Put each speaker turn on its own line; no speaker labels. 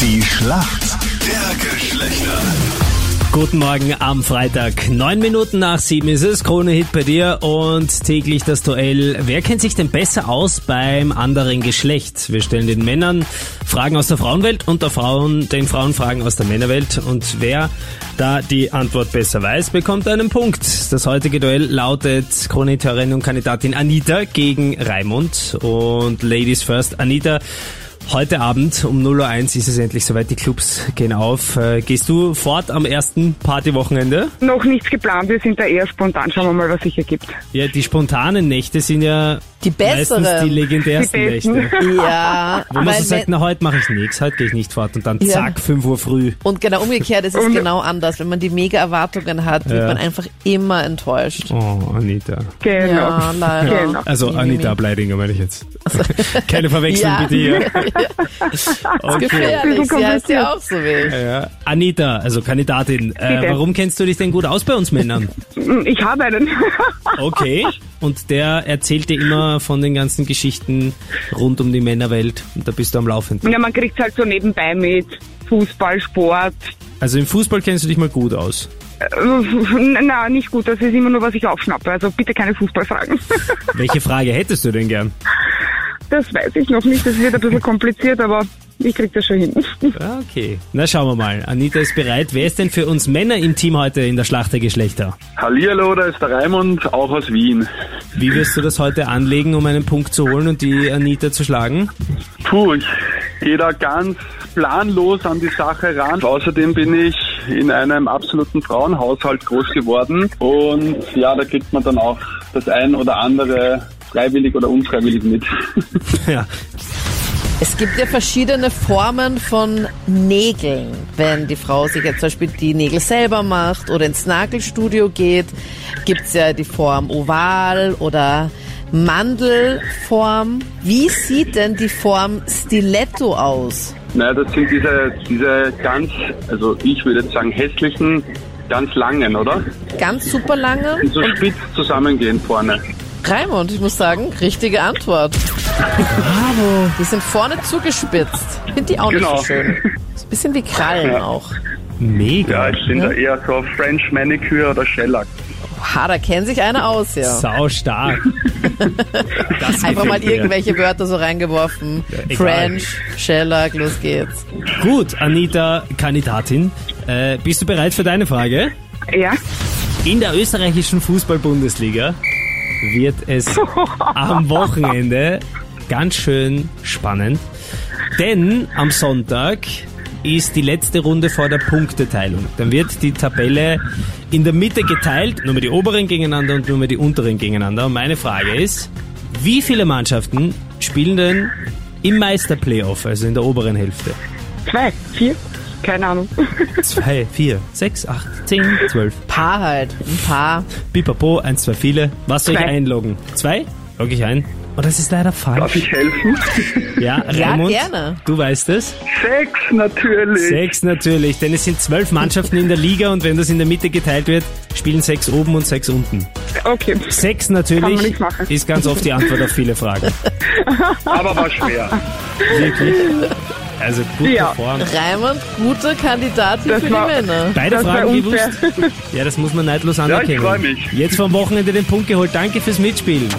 Die Schlacht der Geschlechter.
Guten Morgen am Freitag. Neun Minuten nach sieben ist es. Krone-Hit bei dir und täglich das Duell. Wer kennt sich denn besser aus beim anderen Geschlecht? Wir stellen den Männern Fragen aus der Frauenwelt und der Frauen, den Frauen Fragen aus der Männerwelt. Und wer da die Antwort besser weiß, bekommt einen Punkt. Das heutige Duell lautet Krone-Hit-Hörerin und Kandidatin Anita gegen Raimund. Und Ladies first, Anita. Heute Abend um 0.01 Uhr ist es endlich soweit, die Clubs gehen auf. Äh, Gehst du fort am ersten Partywochenende?
Noch nichts geplant, wir sind da eher spontan. Schauen wir mal, was sich ergibt.
Ja, die spontanen Nächte sind ja
Die besseren.
meistens die legendärsten
Die besten.
Nächte.
Ja,
Wo man
weil
so sagt,
halt
wenn-
na heute mache ich nichts, heute gehe ich nicht fort und dann
Ja.
zack, 5 Uhr früh.
und genau umgekehrt ist es
Und-
genau anders. Wenn man die mega Erwartungen hat, wird
Ja.
man einfach immer enttäuscht.
Oh, Anita.
Genau.
Ja, leider.
Genau.
Also
Mimimi.
Anita Bleidinger meine ich jetzt. Keine Verwechslung
Ja.
bitte hier. Okay.
Gefährlich, sie
kompliziert.
heißt ja auch so wild.
Ja. Anita, also Kandidatin, äh,
Bitte.
warum kennst du dich denn gut aus bei uns Männern?
Hm, Ich habe einen.
Okay. Und der erzählt dir immer von den ganzen Geschichten rund um die Männerwelt. Und da bist du am Laufenden.
ja, man kriegt halt so nebenbei mit. Fußball, Sport.
Also im Fußball kennst du dich mal gut aus.
Äh, Na, nicht gut, das ist immer nur, was ich aufschnappe. Also bitte keine Fußballfragen.
Welche Frage hättest du denn gern?
Das weiß ich noch nicht, das wird ein bisschen kompliziert, aber ich krieg das schon hin.
Ah, Okay. Na, schauen wir mal. Anita ist bereit. Wer ist denn für uns Männer im Team heute in der Schlacht der Geschlechter?
Hallihallo, da ist der Raimund, auch aus Wien.
Wie wirst du das heute anlegen, um einen Punkt zu holen und die Anita zu schlagen?
Puh, ich gehe da ganz planlos an die Sache ran. Außerdem bin ich in einem absoluten Frauenhaushalt groß geworden. Und ja, da kriegt man dann auch das ein oder andere freiwillig oder unfreiwillig mit.
Ja.
Es gibt ja verschiedene Formen von Nägeln. Wenn die Frau sich jetzt zum Beispiel die Nägel selber macht oder ins Nagelstudio geht, gibt's ja die Form Oval oder Mandelform. Wie sieht denn die Form Stiletto aus?
Naja, das sind diese, diese ganz, also ich würde jetzt sagen hässlichen, ganz langen, oder?
Ganz super lange?
Die so spitz zusammengehen vorne.
Raimund, ich muss sagen, richtige Antwort. Bravo. Die sind vorne zugespitzt. Find die auch nicht
Genau.
so schön. Ist ein bisschen wie Krallen auch.
Mega.
bin da eher so French Manicure oder Shellack.
Ha, da kennt sich einer aus, ja.
Sau stark. Das
Einfach mal
gefällt mir.
irgendwelche Wörter so reingeworfen.
egal.
French, Shellack, los geht's.
Gut, Anita, Kandidatin. Äh, bist du bereit für deine Frage?
ja.
In der österreichischen Fußball-Bundesliga wird es am Wochenende ganz schön spannend, denn am Sonntag ist die letzte Runde vor der Punkteteilung. Dann wird die Tabelle in der Mitte geteilt, nur mehr die oberen gegeneinander und nur mehr die unteren gegeneinander. Und meine Frage ist, wie viele Mannschaften spielen denn im Meisterplayoff, also in der oberen Hälfte?
Zwei, vier, keine Ahnung.
Zwei, vier, sechs, acht, zehn, zwölf.
Paar halt, ein Paar.
Pipapo, eins, zwei, viele. Was soll ich
Zwei.
einloggen? Zwei? Log ich ein. Oh, das ist leider
Darf
falsch.
ich helfen?
Ja,
Ja,
Raimund,
gerne.
du weißt es.
Sechs natürlich.
Sechs natürlich, denn es sind zwölf Mannschaften in der Liga und wenn das in der Mitte geteilt wird, spielen sechs oben und sechs unten.
Okay.
Sechs
Kann
natürlich
man nicht machen.
ist ganz oft die Antwort auf viele Fragen.
Aber war schwer.
Wirklich. Also gut
Ja.
performt.
Raimund, gute Kandidatin
Das
für die
war-
Männer.
Beide
Das war
Fragen
unfair.
gewusst. Ja, das muss man neidlos
ich
anerkennen.
freu mich.
Jetzt vom Wochenende den Punkt geholt. Danke fürs Mitspielen.